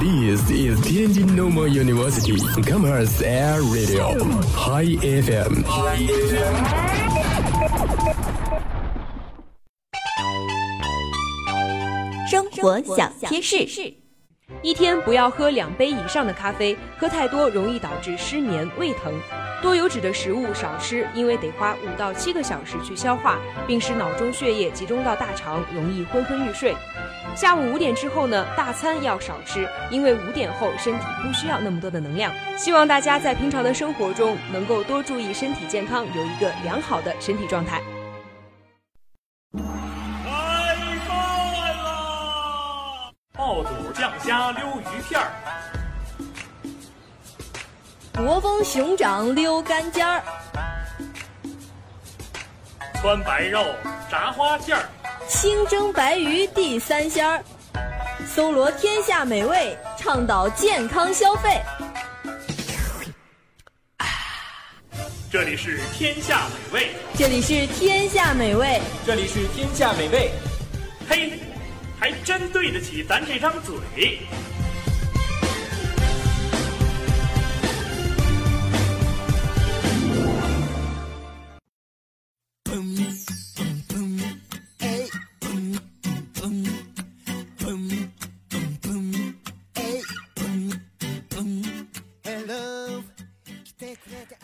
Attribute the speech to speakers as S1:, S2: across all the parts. S1: This is Tianjin Normal University Commerce Air Radio High FM。
S2: 生活小贴士：
S3: 一天不要喝两杯以上的咖啡，喝太多容易导致失眠、胃疼。多油脂的食物少吃，因为得花五到七个小时去消化，并使脑中血液集中到大肠，容易昏昏欲睡。下午五点之后呢，大餐要少吃，因为五点后身体不需要那么多的能量。希望大家在平常的生活中能够多注意身体健康，有一个良好的身体状态。
S4: 太棒了！爆肚酱虾溜鱼片儿，
S5: 国风熊掌溜干尖儿，
S4: 川白肉，炸花馅儿，
S5: 清蒸白鱼地三鲜儿。搜罗天下美味，倡导健康消费。
S4: 这里是天下美味。
S5: 这里是天下美味，
S6: 这里是天下美味，
S4: 嘿，还真对得起咱这张嘴。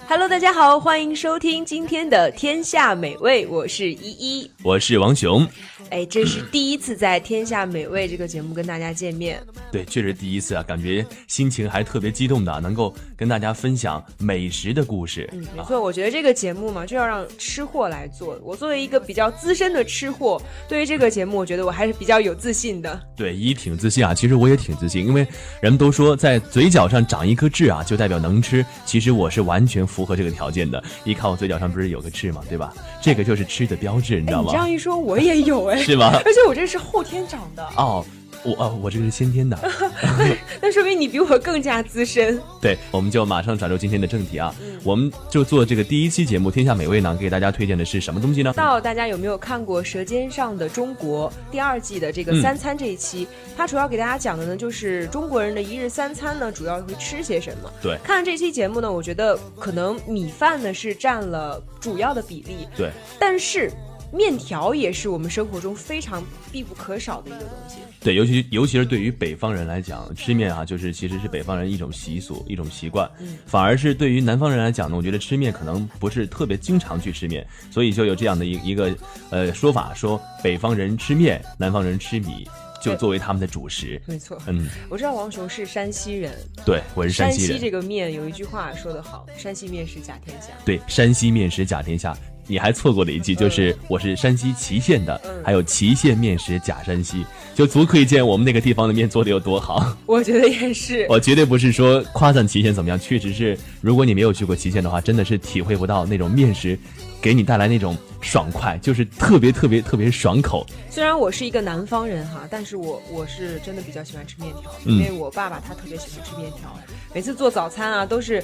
S3: Hello，大家好，欢迎收听今天的《天下美味》，我是依依。
S7: 我是王雄，
S3: 哎，这是第一次在《天下美味》这个节目跟大家见面。
S7: 对，确实第一次啊，感觉心情还特别激动的，能够跟大家分享美食的故事、
S3: 嗯，没
S7: 啊。
S3: 错，我觉得这个节目嘛，就要让吃货来做。我作为一个比较资深的吃货，对于这个节目，我觉得我还是比较有自信的。
S7: 对，一挺自信啊，其实我也挺自信，因为人们都说在嘴角上长一颗痣啊，就代表能吃。其实我是完全符合这个条件的，一看我嘴角上不是有个痣嘛，对吧？这个就是吃的标志，你
S3: 哎，
S7: 知道
S3: 你这
S7: 吗？
S3: 样一说，我也有哎，
S7: 是吗？
S3: 而且我这是后天长的，
S7: 哦，我哦，我这个是先天的。
S3: 那说明你比我更加资深。
S7: 对，我们就马上转入今天的正题啊，我们就做这个第一期节目《天下美味》呢，给大家推荐的是什么东西呢
S3: 不知？道大家有没有看过《舌尖上的中国》第二季的这个
S7: 嗯
S3: 三餐这一期？它主要给大家讲的呢，就是中国人的一日三餐呢，主要会吃些什么。
S7: 对
S3: 看了这期节目呢，我觉得可能米饭呢是占了主要的比例，
S7: 对，
S3: 但是面条也是我们生活中非常必不可少的一个东西。
S7: 对，尤其尤其是对于北方人来讲，吃面啊，就是其实是北方人一种习俗、一种习惯。反而是对于南方人来讲呢，我觉得吃面可能不是特别经常去吃面，所以就有这样的一一个呃说法，说北方人吃面，南方人吃米，就
S3: 对
S7: 作为他们的主食。
S3: 没错，
S7: 嗯，
S3: 我知道王雄是山西人，
S7: 对，我是山西人。
S3: 这个面有一句话说得好：“山西面食甲天下。”
S7: 对，山西面食甲天下。你还错过了一句，就是我是山西淇县的，还有淇县面食甲山西，就足可以见我们那个地方的面做的有多好。
S3: 我觉得也是。
S7: 我绝对不是说夸赞祁县怎么样，确实是，如果你没有去过祁县的话，真的是体会不到那种面食给你带来那种爽快，就是特别特别特别爽口。
S3: 虽然我是一个南方人哈，但是我我是真的比较喜欢吃面条，
S7: 嗯
S3: 因为我爸爸他特别喜欢吃面条，每次做早餐啊都是。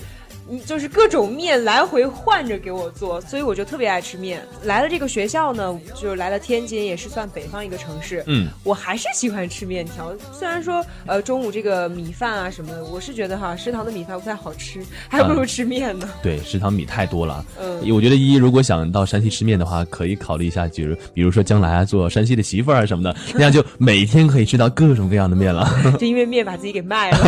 S3: 嗯就是各种面来回换着给我做，所以我就特别爱吃面。来了这个学校呢，就是来了天津，也是算北方一个城市。
S7: 嗯，
S3: 我还是喜欢吃面条。虽然说，呃，中午这个米饭啊什么的，我是觉得哈，食堂的米饭不太好吃，还不
S7: 嗯
S3: 如吃面呢。
S7: 对，食堂米太多了。
S3: 嗯
S7: 我觉得依依如果想到山西吃面的话，可以考虑一下，比如比如说将来啊做山西的媳妇儿啊什么的， 那样就每天可以吃到各种各样的面了。
S3: 就因为面把自己给卖了。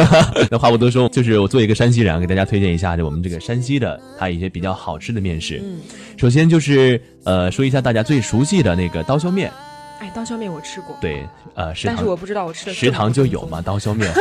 S7: 那话不多说，就是我作为一个山西人啊，给大家推荐一下就我们这个山西的它一些比较好吃的面食。
S3: 嗯，
S7: 首先就是呃说一下大家最熟悉的那个刀削面，
S3: 哎，刀削面我吃过，
S7: 对，呃食堂
S3: 但是我不知道我吃的
S7: 食堂就有嘛，刀 削面。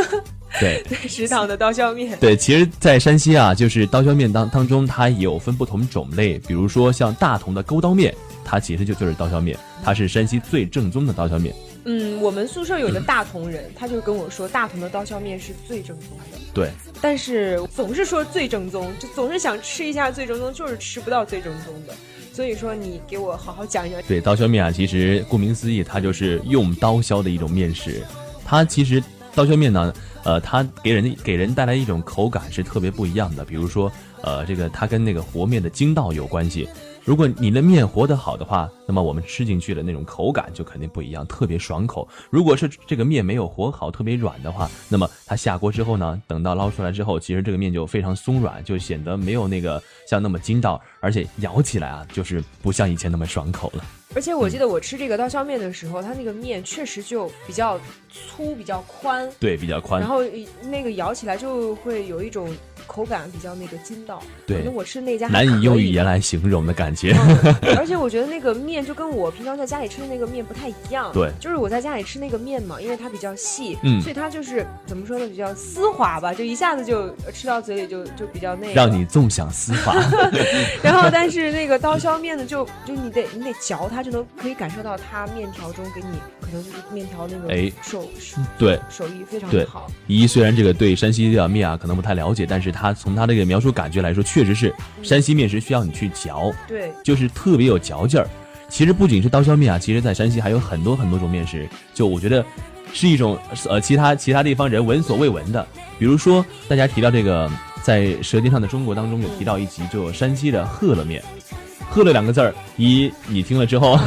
S7: 对
S3: 食堂的刀削面。
S7: 对，其实，在山西啊，就是刀削面当当中，它也有分不同种类，比如说像大同的钩刀面，它其实就就是刀削面，它是山西最正宗的刀削面。
S3: 嗯，我们宿舍有一个大同人，他就跟我说，大同的刀削面是最正宗的，
S7: 对，
S3: 但是总是说最正宗，就总是想吃一下最正宗，就是吃不到最正宗的。所以说，你给我好好讲一讲。
S7: 对，刀削面啊，其实顾名思义，它就是用刀削的一种面食。它其实刀削面呢，呃，它给人给人带来一种口感是特别不一样的。比如说，呃，这个它跟那个和面的筋道有关系。如果你的面和得好的话，那么我们吃进去的那种口感就肯定不一样，特别爽口。如果是这个面没有和好，特别软的话，那么它下锅之后呢，等到捞出来之后，其实这个面就非常松软，就显得没有那个像那么筋道，而且咬起来啊，就是不像以前那么爽口了。
S3: 而且我记得我吃这个刀削面的时候，它那个面确实就比较粗、比较宽，
S7: 对，比较宽
S3: 然。后那个咬起来就会有一种口感比较那个筋道。
S7: 对
S3: 可能我吃那家还
S7: 难以用
S3: 可
S7: 语言来形容的感觉。
S3: 嗯而且我觉得那个面就跟我平常在家里吃的那个面不太一样。
S7: 对
S3: 就是我在家里吃那个面嘛，因为它比较细，
S7: 嗯
S3: 所以它就是怎么说呢，比较丝滑吧，就一下子就呃吃到嘴里就就比较那个。
S7: 让你纵 享丝滑，
S3: 然后，但是那个刀削面呢，就就你得你得嚼它，就能可以感受到它面条中给你可能就是面条那
S7: 哎
S3: 个手手
S7: 对，
S3: 手艺非常
S7: 对
S3: 好。
S7: 一虽然这个对山西的面啊可能不太了解，但是它从它这个描述感觉来说，确实是山西面食需要你去嚼，
S3: 对，
S7: 就是特别有嚼劲儿。其实不仅是刀削面啊，其实在山西还有很多很多种面食，就我觉得是一种呃其他其他地方人闻所未闻的。比如说大家提到这个，在《舌尖上的中国》当中有提到一集，就有山西的饸饹面。饸饹两个字儿，一你听了之后，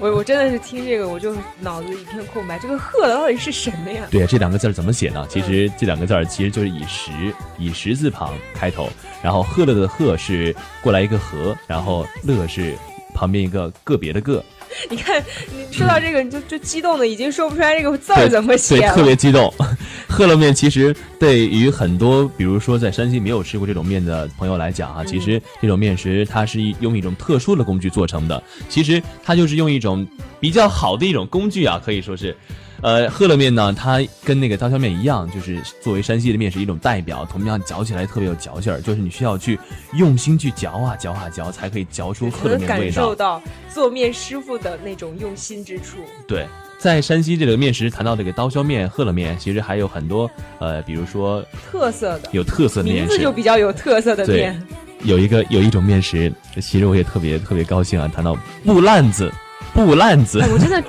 S3: 我我真的是听这个我就脑子一片空白，这个鹤的到底是什么呀？
S7: 对，这两个字儿怎么写呢？其实这两个字儿其实就是以石以石字旁开头，然后赫勒的赫是过来一个和，然后乐是旁边一个个别的个，
S3: 你看，你说到这个，你就就激动的已经说不出来这个字儿
S7: 对
S3: 怎么
S7: 对
S3: 写，
S7: 特
S3: 了。
S7: 别激动。 饸饹面其实对于很多，比如说在山西没有吃过这种面的朋友来讲啊，
S3: 嗯
S7: 其实这种面食它是一用一种特殊的工具做成的，其实它就是用一种比较好的一种工具啊，可以说是。呃，饸饹面呢，它跟那个刀削面一样，就是作为山西的面食一种代表，同样嚼起来特别有嚼劲儿，就是你需要去用心去嚼啊嚼啊嚼，才可以嚼出饸饹
S3: 能
S7: 面的
S3: 感
S7: 味道
S3: 受。到做面师傅的那种用心之处。
S7: 对，在山西这个面食谈到这个刀削面、饸饹面，其实还有很多呃，比如说
S3: 特色的，
S7: 有特色的
S3: 名
S7: 面
S3: 字就
S7: 食，
S3: 比较有特色的面。
S7: 有一个有一种面食，其实我也特别特别高兴啊，谈到布烂子，布烂子
S3: 哎，，我真的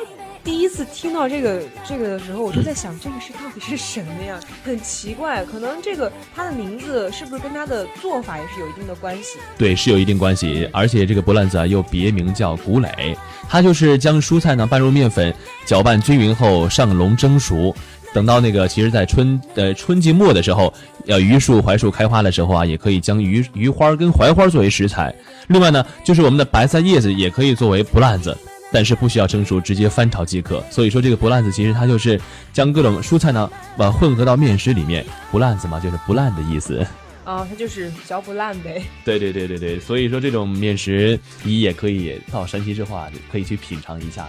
S3: 第一次听到这个这个的时候，我就在想，这个是到底是什么呀？很奇怪，可能这个它的名字是不是跟它的做法也是有一定的关系？
S7: 对，是有一定关系。而且这个布烂子啊，又别名叫骨蕾，它就是将蔬菜呢拌入面粉，搅拌均匀后上笼蒸熟。等到那个，其实，在春呃春季末的时候，呃榆树、槐树开花的时候啊，也可以将榆榆花跟槐花作为食材。另外呢，就是我们的白菜叶子也可以作为不烂子，但是不需要蒸熟，直接翻炒即可。所以说，这个不烂子其实它就是将各种蔬菜呢，呃混合到面食里面。不烂子嘛，就是不烂的意思。
S3: 啊，它就是嚼不烂呗。
S7: 对对对对对，所以说这种面食，你也可以到山西之后啊，可以去品尝一下，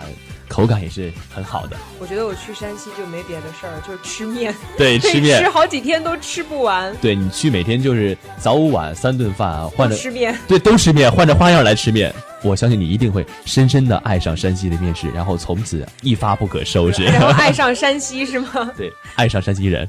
S7: 口感也是很好的。
S3: 我觉得我去山西就没别的事儿，就是吃面，
S7: 对，
S3: 可
S7: 吃
S3: 以 吃
S7: 面，
S3: 好几天都吃不完。
S7: 对你去每天就是早午晚三顿饭啊， 换着
S3: 吃 面，
S7: 对都吃面，换着花样来吃面。我相信你一定会深深的爱上山西的面食，然后从此一发不可收拾。
S3: 然后爱上山西是吗？
S7: 对，爱上山西人。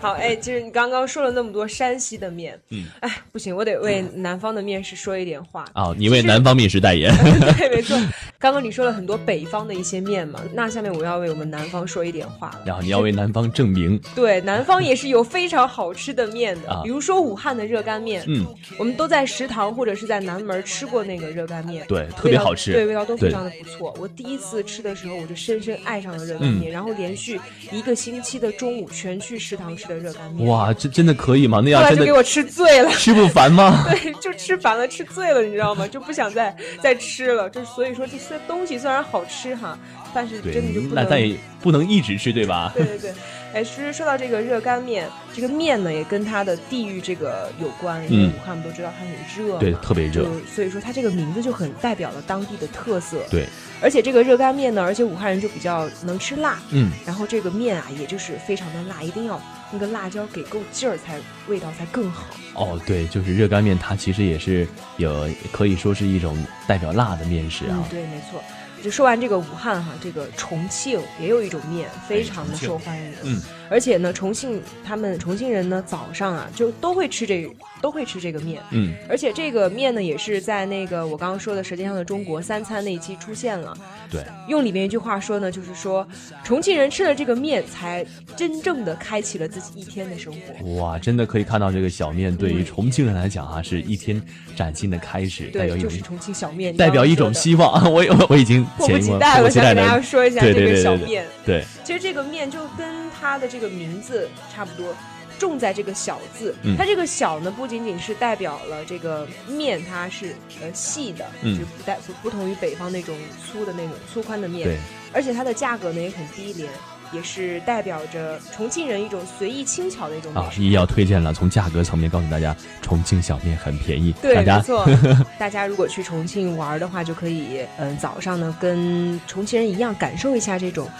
S3: 好，哎，其实你刚刚说了那么多山西的面，嗯，哎，不行，我得为南方的面食说一点话。
S7: 啊、你为南方面食代言。
S3: 对，没错。刚刚你说了很多北方的一些面嘛，那下面我要为我们南方说一点话了。
S7: 然后你要为南方证明，
S3: 对，南方也是有非常好吃的面的，
S7: 啊
S3: 比如说武汉的热干面，
S7: 嗯，
S3: 我们都在食堂或者是在南门吃过那个热干面，
S7: 对特别
S3: 味道
S7: 好吃
S3: 对，味道都非
S7: 对
S3: 常的不错。我第一次吃的时候，我就深深爱上了热
S7: 嗯
S3: 干面，然后连续一个星期的中午全去食堂吃的热干面，
S7: 哇，这真的可以吗？那
S3: 后
S7: 样
S3: 来
S7: 真
S3: 就给
S7: 的
S3: 我吃醉了。
S7: 吃不 烦吗？
S3: 对，就吃烦了，吃醉了，你知道吗？就不想再再吃了。就所以说，这些东西虽然好吃哈，但是
S7: 对
S3: 真的就，不
S7: 那
S3: 能。
S7: 但也不能一直吃，对吧？
S3: 对对对，哎，其实说到这个热干面，这个面呢也跟它的地域这个有关，因为
S7: 嗯
S3: 武汉我们都知道它很热嘛，
S7: 对，特别热。
S3: 就所以说它这个名字就很代表了当地的特色。
S7: 对，
S3: 而且这个热干面呢，而且武汉人就比较能吃辣，
S7: 嗯，
S3: 然后这个面啊，也就是非常的辣，一定要那个辣椒给够劲儿，才味道才更好。
S7: 哦，对，就是热干面，它其实也是有可以说是一种代表辣的面食啊
S3: 嗯，。对，没错。就说完这个武汉哈，这个重庆也有一种面非常的
S7: 哎重庆
S3: 受欢迎。
S7: 嗯，
S3: 而且呢，重庆他们重庆人呢，早上啊就都会吃这都会吃这个面。
S7: 嗯，
S3: 而且这个面呢，也是在那个我刚刚说的《舌尖上的中国》三餐那一期出现了。
S7: 嗯对，
S3: 用里面一句话说呢，就是说重庆人吃了这个面，才真正的开启了自己一天的生活。
S7: 哇，真的可以看到这个小面对于重庆人来讲啊，是一天崭新的开始，代表
S3: 对，
S7: 一
S3: 就
S7: 种
S3: 是重庆小面，你
S7: 代表
S3: 刚刚
S7: 一
S3: 说
S7: 种
S3: 的
S7: 希望。 我我我已经
S3: 迫不
S7: 潜移
S3: 及
S7: 默
S3: 待
S7: 迫
S3: 了，
S7: 不及
S3: 想
S7: 待
S3: 给大家
S7: 的，
S3: 说一下
S7: 对
S3: 这
S7: 对
S3: 个
S7: 对
S3: 小
S7: 对
S3: 面。
S7: 对对，
S3: 其实这个面就跟它的这个名字差不多，重在这个“小”字。
S7: 嗯
S3: 它这个“小”呢，不仅仅是代表了这个面，它是呃细的，
S7: 嗯
S3: 就不带不不同于北方那种粗的那种粗宽的面
S7: 对，
S3: 而且它的价格呢也很低廉。也是代表着重庆人一种随意轻巧的一种美
S7: 啊，
S3: 食。
S7: 也要推荐了。从价格层面告诉大家，重庆小面很便宜，
S3: 对，
S7: 大
S3: 没
S7: 家
S3: 错。 大家如果去重庆玩的话，就可以，嗯、早上呢跟重庆人一样，感受一下这种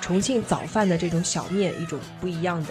S3: 重庆早饭的这种小面，一种不一样的。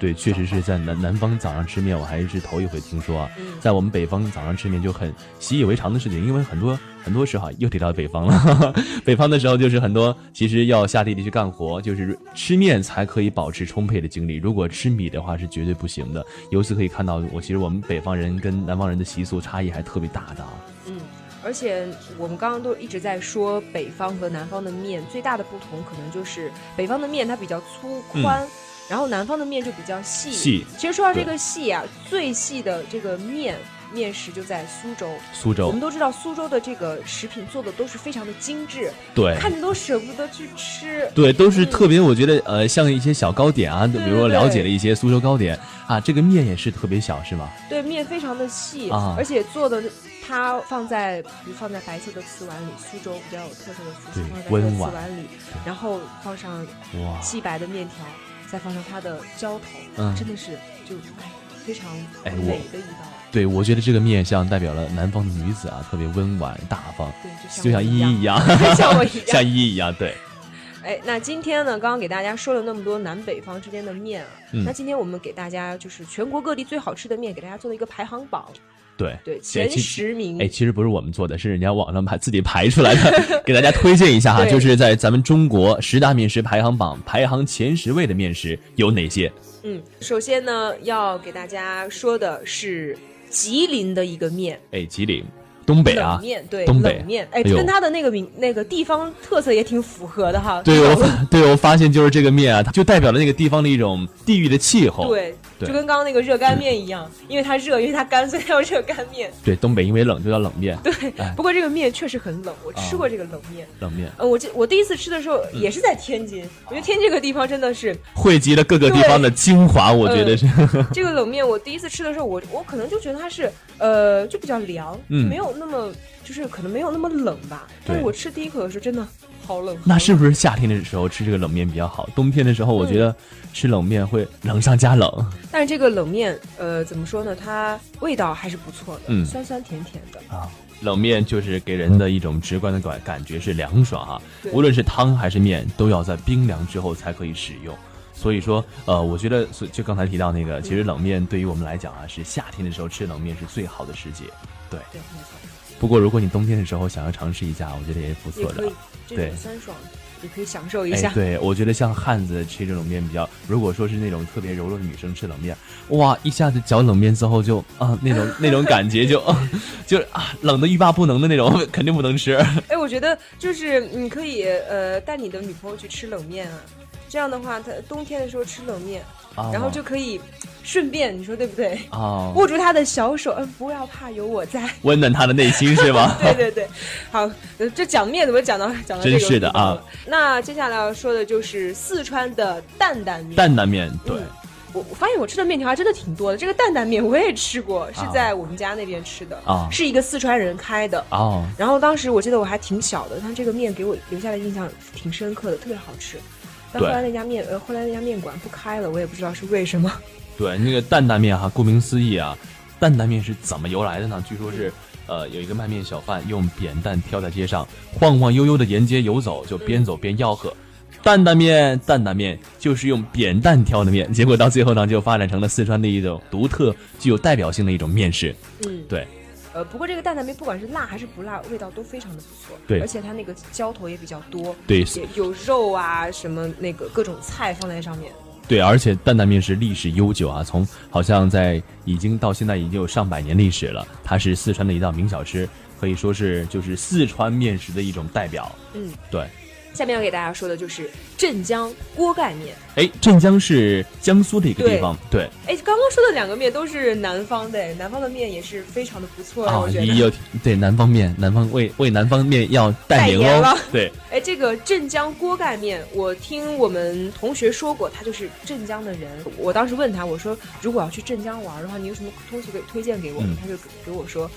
S7: 对，确实是在南南方早上吃面，我还是头一回听说啊。
S3: 嗯
S7: 在我们北方早上吃面就很习以为常的事情，因为很多很多时候啊，又提到北方了。 北方的时候就是很多，其实要下地里去干活，就是吃面才可以保持充沛的精力。如果吃米的话是绝对不行的。由此可以看到，我其实我们北方人跟南方人的习俗差异还特别大的啊。
S3: 嗯，而且我们刚刚都一直在说北方和南方的面最大的不同，可能就是北方的面它比较粗宽。然后南方的面就比较细，
S7: 嗯细
S3: 其实说到这
S7: 对
S3: 个细啊，最细的这个面面食就在苏州。
S7: 苏
S3: 我
S7: 州
S3: 们，都知道苏州的这个食品做的都是非常的精致，
S7: 对。
S3: 看着都舍不得去吃。
S7: 对，都是特别，我觉得呃，像一些小糕点啊，比
S3: 对
S7: 如说
S3: 对
S7: 了解了一些苏州糕点啊，这个面也是特别小，是吗？
S3: 对面非常的细，
S7: 啊
S3: 而且做的它放在比如放在白色的瓷碗里，苏州比较有特色的瓷
S7: 对
S3: 碗，放在
S7: 温
S3: 这个瓷
S7: 婉
S3: 碗里，然后放上
S7: 哇，
S3: 细白的面条，再放上它的浇头，
S7: 嗯
S3: 真的是就哎非常
S7: 哎我
S3: 美的一道，
S7: 对，我觉得这个面相代表了南方的女子啊，特别温婉大方，
S3: 对，就像
S7: 就像
S3: 我
S7: 依 依一
S3: 样。
S7: 样，
S3: 像 我一样
S7: 像依依一样，对，
S3: 哎，那今天呢，刚刚给大家说了那么多南北方之间的面啊，
S7: 嗯
S3: 那今天我们给大家就是全国各地最好吃的面，给大家做了一个排行榜，
S7: 对，
S3: 对前
S7: 其
S3: 十名，
S7: 哎，其实不是我们做的，是人家网上排自己排出来的，给大家推荐一下哈，
S3: 对
S7: 就是在咱们中国十大面食排行榜排行前十位的面食有哪些？
S3: 嗯，首先呢，要给大家说的是吉林的一个面，
S7: 哎，吉林，东北啊
S3: 冷，面，对，
S7: 东北
S3: 冷面，哎，
S7: 哎呦
S3: 跟它的那个名那个地方特色也挺符合的哈。
S7: 对我
S3: 冷
S7: 发，对我发现就是这个面啊，它就代表了那个地方的一种地域的气候。
S3: 对，
S7: 哦对嗯
S3: 就跟刚刚那个热干面一样，因为它热，因为它干，所以它叫热干面。
S7: 对，东北因为冷就叫冷面，
S3: 不过这个面确实很冷，我吃过这个冷面。
S7: 冷面
S3: 呃，我记我第一次吃的时候
S7: 嗯
S3: 也是在天津，我觉得天津这个地方真的 是，
S7: 汇集了各个地方的精华，我觉得是。
S3: 这个冷面我第一次吃的时候，我我可能就觉得它是呃就比较凉，
S7: 嗯
S3: 没有那么就是可能没有那么冷吧。但是
S7: 对
S3: 我吃第一口的时候真的好冷。
S7: 那是不是夏天的时候吃这个冷面比较好？冬天的时候，我觉得吃冷面会冷上加冷。
S3: 但是这个冷面呃怎么说呢，它味道还是不错的，
S7: 嗯
S3: 酸酸甜甜的。
S7: 冷面就是给人的一种直观的感感觉是凉爽啊
S3: 对，
S7: 无论是汤还是面，都要在冰凉之后才可以使用。所以说，呃，我觉得，所就刚才提到那个，其实冷面对于我们来讲啊，是夏天的时候吃冷面是最好的时节。对，
S3: 对，没错，
S7: 不过如果你冬天的时候想要尝试一下，我觉得也是不
S3: 也
S7: 错
S3: 可
S7: 的
S3: 以。，这
S7: 对
S3: 种酸爽也可以享受一
S7: 哎
S3: 下。，
S7: 对，我觉得像汉子吃这种面比较，如果说是那种特别柔弱的女生吃冷面，哇，一下子嚼冷面之后就啊，那种那种感觉就， 啊就是啊，冷的欲罢不能的那种， 肯定不能吃。
S3: 哎，我觉得就是你可以呃带你的女朋友去吃冷面啊，这样的话，她冬天的时候吃冷面，
S7: 啊
S3: 然后就可以顺便，你说对不对？
S7: 啊，
S3: 握住她的小手，嗯，不要怕，有我在。？
S7: 温暖他的内心是吗
S3: 对对对，好，呃这讲面怎么讲到讲到这个
S7: 真是的
S3: 地方
S7: 啊
S3: 了。那接下来要说的就是四川的担担面。
S7: 担担面，对，
S3: 嗯我我发现我吃的面条还真的挺多的。这个担担面我也吃过，是
S7: 啊
S3: 在我们家那边吃的，
S7: 啊
S3: 是一个四川人开的。
S7: 哦，
S3: 然后当时我记得我还挺小的，但这个面给我留下的印象挺深刻的，特别好吃。但后
S7: 对
S3: 来那家面呃，后来那家面馆不开了，我也不知道是为什 么。
S7: 对，那个担担面哈、顾名思义啊，担担面是怎么由来的呢？据说
S3: 嗯
S7: 是。呃，有一个卖面小贩用扁担挑在街上，晃晃悠悠的沿街游走，就边走边吆喝：“担担面，担担面！”就是用扁担挑的面，结果到最后呢，就发展成了四川的一种独特、具有代表性的一种面食。
S3: 嗯，
S7: 对，
S3: 呃，不过这个担担面不管是辣还是不辣，味道都非常的不错。
S7: 对
S3: 而且它那个浇头也比较多，
S7: 对
S3: 也有肉啊什么那个各种菜放在上面。
S7: 对，而且担担面是历史悠久啊，从好像在已经到现在已经有上百年历史了。它是四川的一道名小吃，可以说是就是四川面食的一种代表。
S3: 嗯，
S7: 对。
S3: 下面要给大家说的就是镇江锅盖面。
S7: 哎，镇江是江苏的一个地方，对
S3: 哎，刚刚说的两个面都是南方的，南方的面也是非常的不错，让
S7: 啊
S3: 我，觉
S7: 也
S3: 得。
S7: 有对南方面，南方为为南方面要代言
S3: 代言
S7: 哦
S3: 了。
S7: 对，
S3: 哎，这个镇江锅盖面，我听我们同学说过，他就是镇江的人。我当时问他，我说如果要去镇江玩的话，你有什么东西可以推荐给我？
S7: 嗯
S3: 他就给给我说，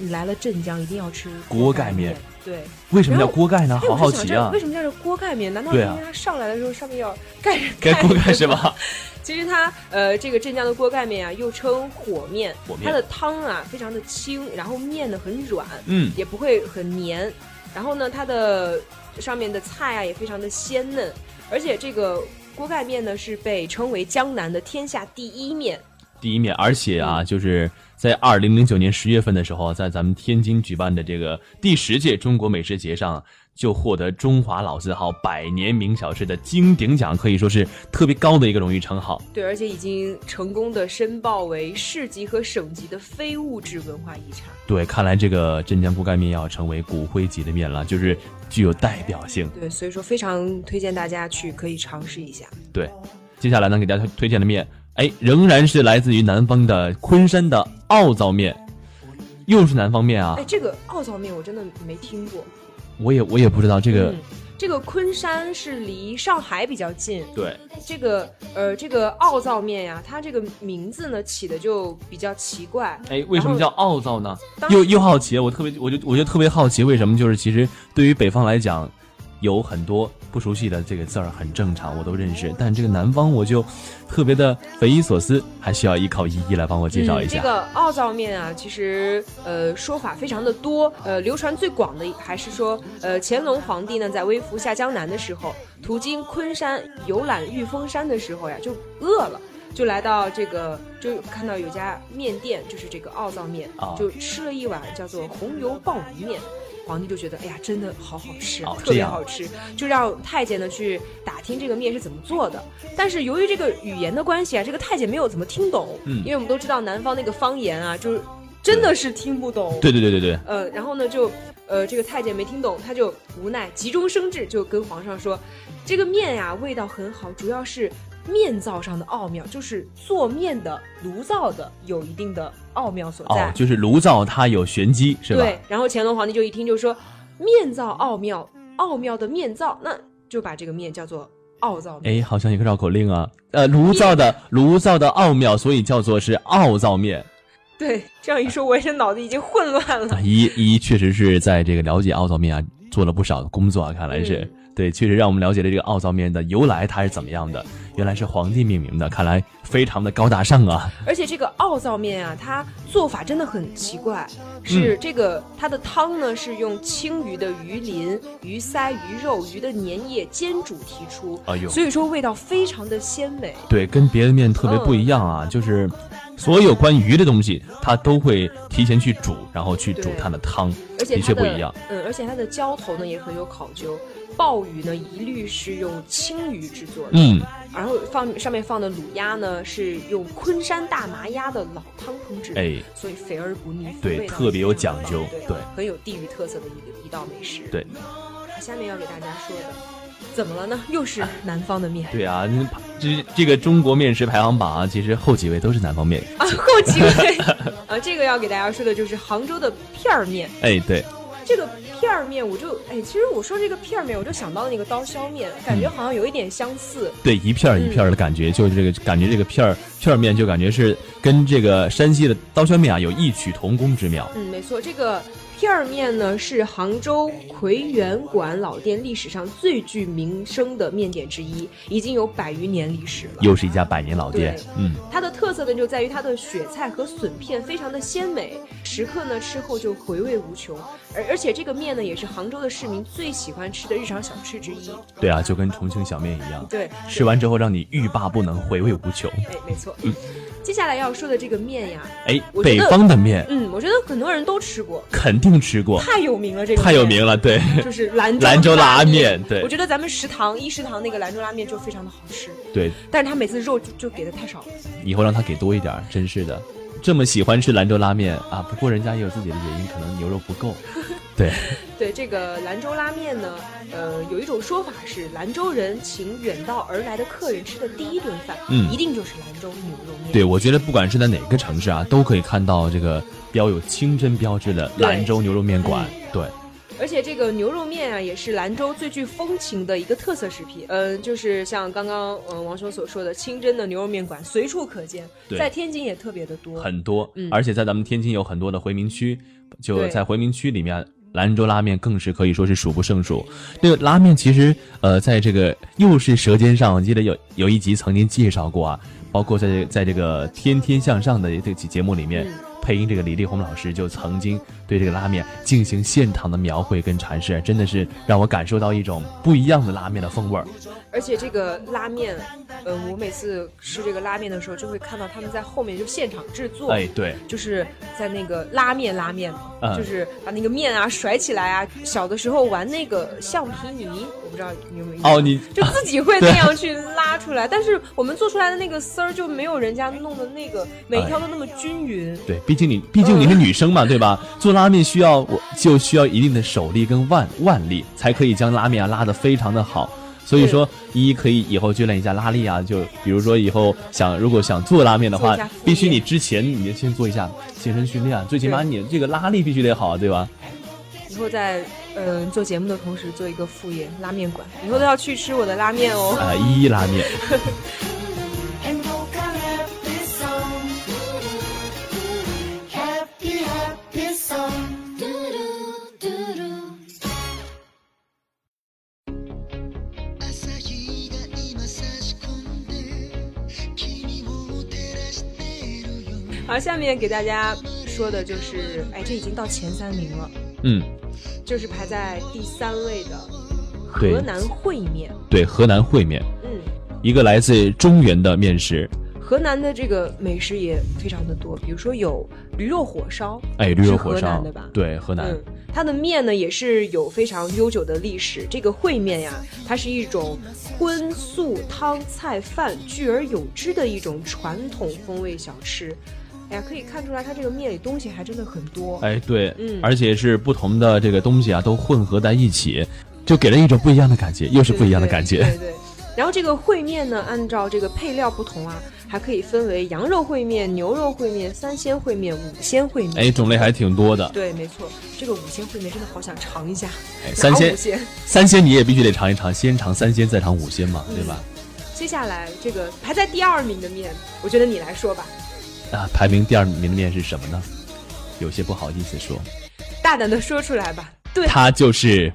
S3: 你来了镇江一定要吃
S7: 锅盖
S3: 盖
S7: 面。
S3: 对，
S7: 为什么叫
S3: 然后
S7: 锅盖呢？
S3: 哎
S7: 好
S3: 我
S7: 好
S3: 就想
S7: 奇
S3: 这
S7: 啊
S3: 为，什么叫做锅盖面？难道是
S7: 对
S3: 因
S7: 啊
S3: 为它上来的时候上面要盖着
S7: 该锅盖
S3: 子
S7: 是
S3: 吗
S7: 吧？
S3: 其实它呃，这个镇江的锅盖面啊，又称火面，
S7: 火面
S3: 它的汤啊非常的清，然后面呢很软，
S7: 嗯，
S3: 也不会很黏。然后呢，它的上面的菜啊也非常的鲜嫩，而且这个锅盖面呢是被称为江南的天下第一面。
S7: 第一面，而且啊，
S3: 嗯
S7: 就是在二零零九年十月份的时候，啊在咱们天津举办的这个第十届中国美食节上，就获得中华老字号百年名小吃的金鼎奖，可以说是特别高的一个荣誉称号。
S3: 对，而且已经成功的申报为市级和省级的非物质文化遗产。
S7: 对，看来这个镇江锅盖面要成为骨灰级的面了，就是具有代表性。
S3: 对，所以说非常推荐大家去可以尝试一下。
S7: 对，接下来呢，给大家推荐的面，哎，仍然是来自于南方的昆山的奥灶面，又是南方面啊
S3: 哎，，这个奥灶面我真的没听过。
S7: 我也我也不知道这个。
S3: 嗯，这个昆山是离上海比较近。
S7: 对，
S3: 这个呃，这个奥灶面呀、它这个名字呢起的就比较奇怪。
S7: 哎，为什么
S3: 然
S7: 叫
S3: 后
S7: 奥灶呢？
S3: 当
S7: 又又好奇，我特别，我就我就特别好奇，为什么就是其实对于北方来讲，有很多不熟悉的这个字儿很正常，我都认识，但这个南方我就特别的匪夷所思，还需要依靠依依来帮我介绍一下。
S3: 嗯这个奥灶面啊，其实呃说法非常的多，呃流传最广的还是说，呃乾隆皇帝呢在微服下江南的时候，途经昆山游览玉峰山的时候呀，就饿了。就来到这个，就看到有家面店，就是这个奥灶面，
S7: 啊
S3: 就吃了一碗叫做红油爆米面。皇帝就觉得，哎呀，真的好好吃啊，
S7: 哦
S3: 特
S7: 这
S3: 别
S7: 样
S3: 好吃，就让太监呢去打听这个面是怎么做的。但是由于这个语言的关系啊，这个太监没有怎么听懂，
S7: 嗯
S3: 因为我们都知道南方那个方言啊，就是真的是听不懂。
S7: 对对对对对，
S3: 呃，然后呢就，呃，这个太监没听懂，他就无奈，急中生智，就跟皇上说，这个面呀、味道很好，主要是面灶上的奥妙，就是做面的炉灶的有一定的奥妙所在。
S7: 哦，就是炉灶它有玄机是吧？
S3: 对，然后乾隆皇帝就一听就说，面灶奥妙，奥妙的面灶，那就把这个面叫做奥灶面。
S7: 哎，好像一个绕口令啊，呃，炉灶的炉灶的奥妙，所以叫做是奥灶面。
S3: 对，这样一说，我也是脑子已经混乱了。
S7: 啊，依依确实是在这个了解奥灶面啊做了不少的工作啊，看来是、
S3: 嗯
S7: 对，确实让我们了解了这个奥灶面的由来，它是怎么样的，原来是皇帝命名的，看来非常的高大上啊。
S3: 而且这个奥灶面啊，它做法真的很奇怪，
S7: 嗯
S3: 是这个、它的汤呢是用青鱼的鱼鳞、鱼鳃、鱼肉、鱼的粘液煎煮提出，
S7: 哎呦
S3: 所以说味道非常的鲜美。
S7: 对，跟别的面特别不一样
S3: 嗯
S7: 啊，就是所有关于鱼的东西，它都会提前去煮，然后去煮
S3: 对
S7: 它的汤，
S3: 而且
S7: 的
S3: 它
S7: 确
S3: 的
S7: 不一样。
S3: 嗯，而且它的浇头呢也很有考究，鲍鱼呢一律是用青鱼制作的，
S7: 嗯，
S3: 然后放上面放的卤鸭呢是用昆山大麻鸭的老汤烹制，
S7: 哎，
S3: 所以肥而不腻，
S7: 对
S3: 味道
S7: 特别有
S3: 非常
S7: 讲
S3: 棒
S7: 究对
S3: 对，很有地域特色的一个一道美食。
S7: 对，
S3: 下面要给大家说的，怎么了呢？又是南方的面，
S7: 对啊，那这这个中国面食排行榜啊，其实后几位都是南方面。
S3: 啊，后几位 啊，这个要给大家说的就是杭州的片儿面。
S7: 哎，对，
S3: 这个片儿面，我就哎，其实我说这个片儿面，我就想到了那个刀削面，感觉好像有一点相似。
S7: 对，一片儿一片
S3: 嗯
S7: 儿的感觉，就是这个感觉，这个片儿片儿面就感觉是跟这个山西的刀削面啊有异曲同工之妙。
S3: 嗯，没错，这个片儿面呢是杭州葵园馆老店历史上最具名声的面点之一，已经有百余年历史了。
S7: 又是一家百年老店
S3: 对，
S7: 嗯，
S3: 它的特色呢就在于它的雪菜和笋片非常的鲜美，食客呢吃后就回味无穷。而而且这个面呢也是杭州的市民最喜欢吃的日常小吃之一。
S7: 对啊，就跟重庆小面一样，
S3: 对，
S7: 吃完之后让你欲罢不能，回味无穷。
S3: 哎，没错。接下来要说的这个面呀，
S7: 哎，
S3: 我觉
S7: 北
S3: 得
S7: 方的面
S3: 嗯，我觉得很多人都吃过，
S7: 肯定吃过，
S3: 太有名了，这个
S7: 太有
S3: 面
S7: 名了，对。
S3: 就是兰
S7: 兰州
S3: 拉
S7: 拉面对
S3: 我觉得咱们食堂一食堂那个兰州拉面就非常的好吃，
S7: 对，
S3: 但是他每次肉就就给的太少了。
S7: 以后让他给多一点儿，真是的。这么喜欢吃兰州拉面啊，不过人家也有自己的原因，可能牛肉 不够。对，
S3: 对这个兰州拉面呢，呃，有一种说法是兰州人请远道而来的客人吃的第一顿饭，
S7: 嗯
S3: 一定就是兰州牛肉面。
S7: 对，我觉得不管是在哪个城市啊，都可以看到这个标有清真标志的
S3: 对嗯
S7: 兰州牛肉面馆。对，
S3: 而且这个牛肉面啊，也是兰州最具风情的一个特色食品。嗯、就是像刚刚嗯、呃王兄所说的，清真的牛肉面馆随处可见，
S7: 对
S3: 在天津也特别的多。
S7: 很多，
S3: 嗯
S7: 而且在咱们天津有很多的回民区，就
S3: 对
S7: 在回民区里面。兰州拉面更是可以说是数不胜数。这个拉面其实，呃，在这个又是《舌尖上》，我记得有有一集曾经介绍过啊，包括在这在这个《天天向上》的这期节目里面，
S3: 嗯
S7: 配音这个李丽红老师就曾经对这个拉面进行现场的描绘跟阐释，真的是让我感受到一种不一样的拉面的风味儿。
S3: 而且这个拉面，嗯、我每次吃这个拉面的时候，就会看到他们在后面就现场制作。
S7: 哎，对，
S3: 就是在那个拉面拉面嘛，
S7: 嗯
S3: 就是把那个面啊甩起来啊。小的时候玩那个橡皮泥，我不知道你有没有印象
S7: 哦，你
S3: 就自己会那样去拉出来，但是我们做出来的那个丝儿就没有人家弄的那个每一条都那么均匀。
S7: 对，毕竟你毕竟你是女
S3: 嗯
S7: 生嘛，对吧？做拉面需要我就需要一定的手力跟腕腕力，才可以将拉面啊拉得非常的好。所以说，一可以以后训练一下拉力啊，就比如说以后想如果想做拉面的
S3: 做
S7: 话
S3: 一下腹，
S7: 必须
S3: 面
S7: 你之前你就先做一下健身训练，最起码
S3: 对
S7: 你这个拉力必须得好，对吧？
S3: 以后在嗯、呃做节目的同时做一个副业拉面馆，以后都要去吃我的拉面哦。
S7: 啊、一一拉面，
S8: and no color this song. Happy, happy song. Doo-doo, doo-doo.
S9: 朝日が今差し込んで君を照らしてるよ
S3: 好，下面给大家说的就是，哎，这已经到前三名了，
S7: 嗯，
S3: 就是排在第三位的
S7: 对
S3: 河南烩面。
S7: 对，河南烩面，
S3: 嗯，
S7: 一个来自中原的面食，
S3: 河南的这个美食也非常的多，比如说有驴肉火烧，
S7: 哎，驴肉
S3: 是
S7: 火
S3: 河
S7: 烧
S3: 南的吧，？
S7: 对，河南，
S3: 嗯，它的面呢也是有非常悠久的历史。这个烩面呀，它是一种荤素汤菜饭聚而有之的一种传统风味小吃。哎呀，可以看出来它这个面里东西还真的很多。
S7: 哎，对，
S3: 嗯
S7: 而且是不同的这个东西啊，都混合在一起，就给人一种不一样的感觉，又是不一样的感觉。
S3: 对对对对然后这个烩面呢，按照这个配料不同啊，还可以分为羊肉烩面、牛肉烩面、三鲜烩面、五鲜烩面。
S7: 哎，种类还挺多的。
S3: 对，没错，这个五鲜烩面真的好想尝一下。
S7: 哎
S3: 哪
S7: 三
S3: 五
S7: 鲜，
S3: 鲜
S7: 三鲜你也必须得尝一尝，先尝三鲜，再尝五鲜
S3: 嗯
S7: 嘛，对吧？
S3: 接下来这个排在第二名的面，我觉得你来说吧，
S7: 啊，排名第二名的面是什么呢？有些不好意思说，
S3: 大胆的说出来吧。对，
S7: 它就是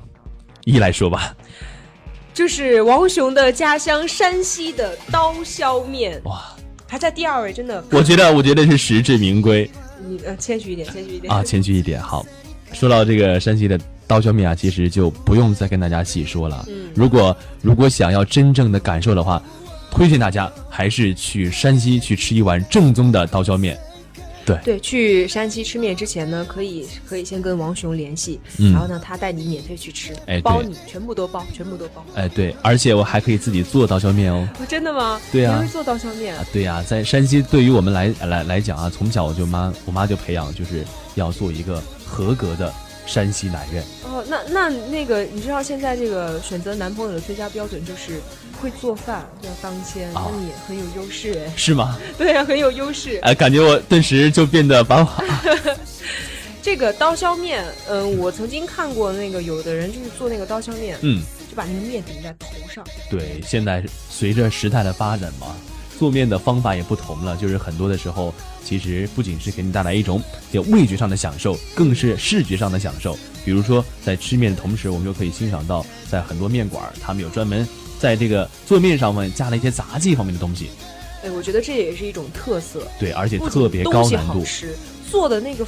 S7: 一来说吧，
S3: 就是王雄的家乡山西的刀削面，
S7: 哇，
S3: 排在第二位，真的。
S7: 我觉得我觉得是实至名归。
S3: 你呃谦虚一点，谦虚一点
S7: 啊，谦虚一点好。说到这个山西的刀削面啊，其实就不用再跟大家细说了。
S3: 嗯
S7: 如果如果想要真正的感受的话，推荐大家还是去山西去吃一碗正宗的刀削面。
S3: 对，去山西吃面之前呢，可以可以先跟王雄联系，
S7: 嗯
S3: 然后呢，他带你免费去吃，
S7: 哎
S3: 包
S7: 对
S3: 你全部都包，全部都包。
S7: 哎，对，而且我还可以自己做刀削面哦。
S3: 哦，真的吗？
S7: 对啊
S3: 你会做刀削面
S7: 啊？，对呀、在山西对于我们来来来讲啊，从小我就妈我妈就培养，就是要做一个合格的山西男人。
S3: 哦，那那那个，你知道现在这个选择男朋友的最佳标准就是会做饭，要当先，
S7: 啊
S3: 那你也很有优势哎。
S7: 是吗？
S3: 对呀、很有优势。
S7: 哎，感觉我顿时就变得把我
S3: 这个刀削面，嗯、我曾经看过那个有的人就是做那个刀削面，
S7: 嗯，
S3: 就把那个面顶在头上，
S7: 对，现在随着时代的发展嘛，做面的方法也不同了，就是很多的时候，其实不仅是给你带来一种有味觉上的享受，更是视觉上的享受。比如说，在吃面的同时，我们就可以欣赏到，在很多面馆儿，他们有专门在这个做面上面加了一些杂技方面的东西，
S3: 哎，我觉得这也是一种特色，
S7: 对，而且
S3: 不
S7: 特
S3: 仅
S7: 别
S3: 东
S7: 高
S3: 西
S7: 难
S3: 好
S7: 度，
S3: 吃，做的那个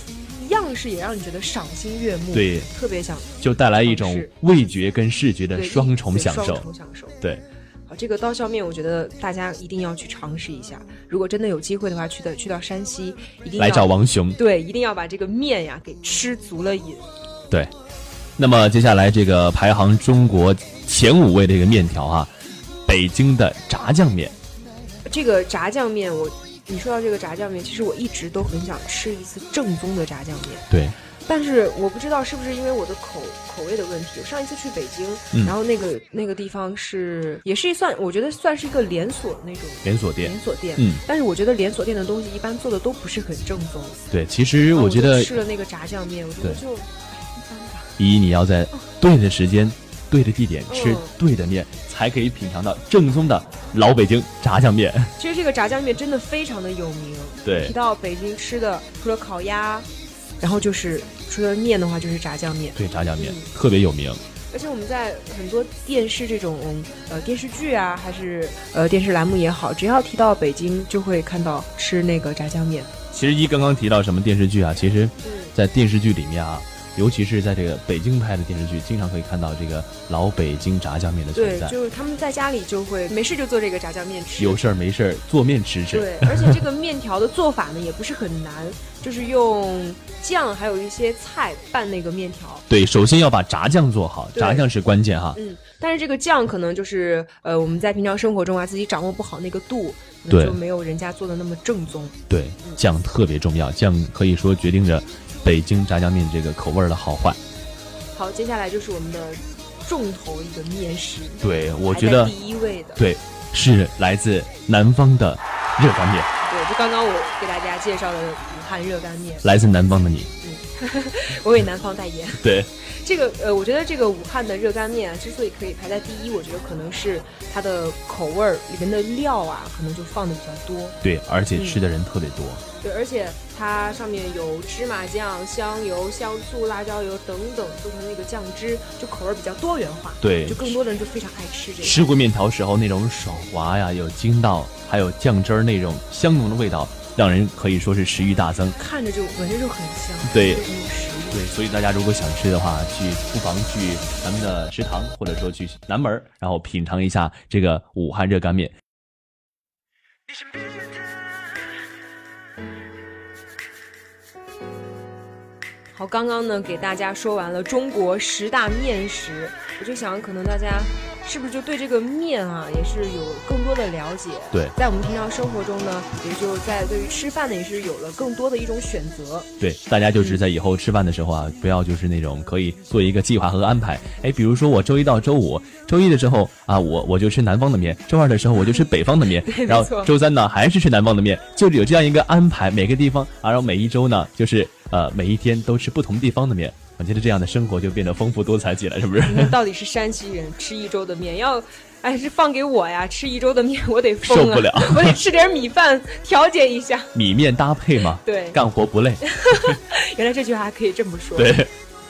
S3: 样式也让你觉得赏心悦目，
S7: 对，
S3: 特别想
S7: 就带来一种
S3: 是
S7: 味觉跟视觉的
S3: 对
S7: 双重
S3: 对
S7: 享受
S3: 双。重享受。
S7: 对，
S3: 啊，这个刀削面我觉得大家一定要去尝试一下。如果真的有机会的话，去的去到山西，一定要
S7: 来找王雄。
S3: 对，一定要把这个面呀给吃足了瘾。
S7: 对，那么接下来这个排行中国前五位的这个面条啊，北京的炸酱面，
S3: 这个炸酱面我。你说到这个炸酱面，其实我一直都很想吃一次正宗的炸酱面，
S7: 对，
S3: 但是我不知道是不是因为我的口口味的问题。我上一次去北京，
S7: 嗯
S3: 然后那个那个地方是也是一算，我觉得算是一个连锁那种
S7: 连锁店
S3: 连。锁店，
S7: 嗯，
S3: 但是我觉得连锁店的东西一般做的都不是很正宗。
S7: 对，其实
S3: 然后
S7: 我
S3: 我
S7: 觉得
S3: 就哦吃了那个炸酱面，我觉得
S7: 对
S3: 就
S7: 一你要在对的时
S3: 哦
S7: 间、对的地点吃
S3: 嗯
S7: 对的面，才可以品尝到正宗的老北京炸酱面。
S3: 其实这个炸酱面真的非常的有名。
S7: 对
S3: 提到北京吃的，除了烤鸭，然后就是除了面的话，就是炸酱面。
S7: 对，炸酱面
S3: 嗯
S7: 特别有名。
S3: 而且我们在很多电视这种呃电视剧啊，还是呃电视栏目也好，只要提到北京，就会看到吃那个炸酱面。
S7: 其实一刚刚提到什么电视剧啊，其实，在电视剧里面啊，尤其是在这个北京拍的电视剧，经常可以看到这个老北京炸酱面的存
S3: 对，
S7: 在。
S3: 就是他们在家里就会没事就做这个炸酱面吃。
S7: 有事儿没事儿做面吃吃。
S3: 对，而且这个面条的做法呢也不是很难，就是用酱还有一些菜拌那个面条。
S7: 对，首先要把炸酱做好，
S3: 对
S7: 炸酱是关键哈。
S3: 嗯，但是这个酱可能就是呃我们在平常生活中啊自己掌握不好那个度，可
S7: 对
S3: 能就没有人家做的那么正宗。
S7: 对，酱特别重要，酱可以说决定着北京炸酱面这个口味儿的好坏。
S3: 好，接下来就是我们的重头一个面食，
S7: 对，我
S3: 排
S7: 觉
S3: 在
S7: 得
S3: 第一位的。
S7: 对，是来自南方的热干面，
S3: 对，就刚刚我给大家介绍的武汉热干面，
S7: 来自南方的你。
S3: 我为南方代言。
S7: 对，
S3: 这个呃，我觉得这个武汉的热干面啊，之所以可以排在第一，我觉得可能是它的口味儿里面的料啊，可能就放的比较多。
S7: 对，而且吃的人特别多。
S3: 对，而且它上面有芝麻酱、香油、香醋、辣椒油等等，做成那个酱汁，就口味儿比较多元化。
S7: 对
S3: 就更多的人就非常爱吃这个。
S7: 吃过面条时候那种爽滑呀，有筋道，还有酱汁儿那种香浓的味道，让人可以说是食欲大增。
S3: 看着就闻着就很香，
S7: 对
S3: 就很有食欲。
S7: 对，所以大家如果想吃的话，去不妨去咱们的食堂，或者说去南门儿，然后品尝一下这个武汉热干面。
S9: 你身边的
S3: 好，刚刚呢给大家说完了中国十大面食，我就想可能大家是不是就对这个面啊也是有更多的了解？
S7: 对
S3: 在我们平常生活中呢，也就在对于吃饭呢也是有了更多的一种选择。
S7: 对，大家就是在以后吃饭的时候啊，不要就是那种可以做一个计划和安排。哎，比如说我周一到周五，周一的时候啊，我我就吃南方的面；周二的时候我就吃北方的面
S3: 对，没
S7: 然后
S3: 错
S7: 周三呢还是吃南方的面，就是有这样一个安排。每个地方啊，然后每一周呢，就是呃每一天都吃不同地方的面。我觉得这样的生活就变得丰富多彩起来，是不是？
S3: 你们到底是山西人吃一周的面要？哎，是放给我呀！吃一周的面，我得疯啊！
S7: 受不了
S3: 我得吃点米饭调节一下。
S7: 米面搭配嘛，
S3: 对
S7: 干活不累。
S3: 原来这句话还可以这么说。
S7: 对，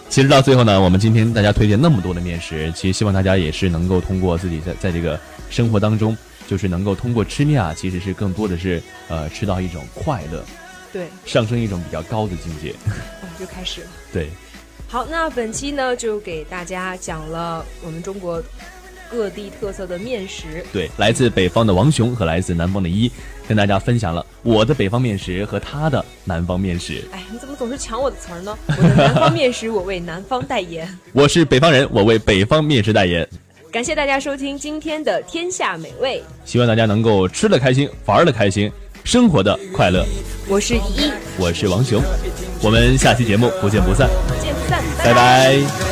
S7: 其实到最后呢，我们今天大家推荐那么多的面食，其实希望大家也是能够通过自己在在这个生活当中，就是能够通过吃面啊，其实是更多的是呃吃到一种快乐，
S3: 对，
S7: 上升一种比较高的境界。
S3: 哦，又开始了。
S7: 对，
S3: 好，那本期呢就给大家讲了我们中国各地特色的面食。
S7: 对，来自北方的王雄和来自南方的一，跟大家分享了我的北方面食和他的南方面食。
S3: 哎，你怎么总是抢我的词儿呢？我的南方面食，我为南方代言。
S7: 我是北方人，我为北方面食代言，
S3: 感谢大家收听今天的《天下美味
S7: 希望大家能够吃的开心，玩的开心，生活的快乐。》，
S3: 我是依依，
S7: 我是王雄，我们下期节目不见不散，
S3: 不见不散，
S7: 拜拜